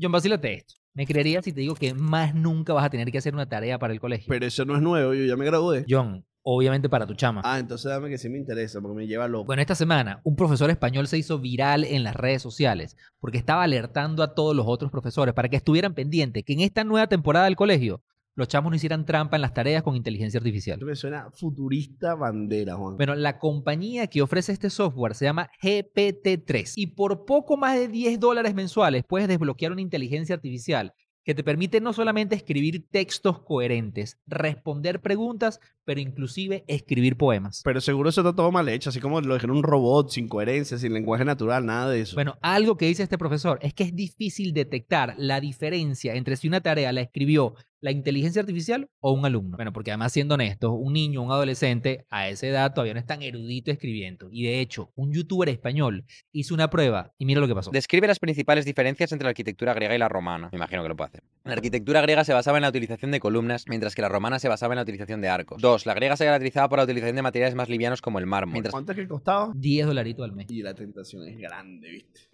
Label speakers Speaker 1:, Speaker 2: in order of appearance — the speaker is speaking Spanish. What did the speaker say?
Speaker 1: John, vacílate esto. Me creerías si te digo que más nunca vas a tener que hacer una tarea para el colegio.
Speaker 2: Pero eso no es nuevo, yo ya me gradué.
Speaker 1: John, obviamente para tu chama.
Speaker 2: Ah, entonces dame que sí me interesa, porque me lleva loco.
Speaker 1: Bueno, esta semana un profesor español se hizo viral en las redes sociales porque estaba alertando a todos los otros profesores para que estuvieran pendientes que en esta nueva temporada del colegio los chamos no hicieran trampa en las tareas con inteligencia artificial.
Speaker 2: Esto me suena futurista bandera, Juan.
Speaker 1: Bueno, la compañía que ofrece este software se llama GPT-3 y por poco más de 10 dólares mensuales puedes desbloquear una inteligencia artificial que te permite no solamente escribir textos coherentes, responder preguntas, pero inclusive escribir poemas.
Speaker 2: Pero seguro eso está todo mal hecho, así como lo dijeron un robot, sin coherencia, sin lenguaje natural, nada de eso.
Speaker 1: Bueno, algo que dice este profesor es que es difícil detectar la diferencia entre si una tarea la escribió la inteligencia artificial o un alumno. Bueno, porque además siendo honestos, un niño, un adolescente a esa edad todavía no es tan erudito escribiendo. Y de hecho, un youtuber español hizo una prueba y mira lo que pasó.
Speaker 3: Describe las principales diferencias entre la arquitectura griega y la romana. Me imagino que lo puede hacer. La arquitectura griega se basaba en la utilización de columnas, mientras que la romana se basaba en la utilización de arcos. 2. La griega se caracterizaba por la utilización de materiales más livianos como el mármol. Mientras...
Speaker 2: ¿Cuánto es que costaba?
Speaker 1: 10 dolaritos al mes.
Speaker 2: Y la tentación es grande, ¿viste?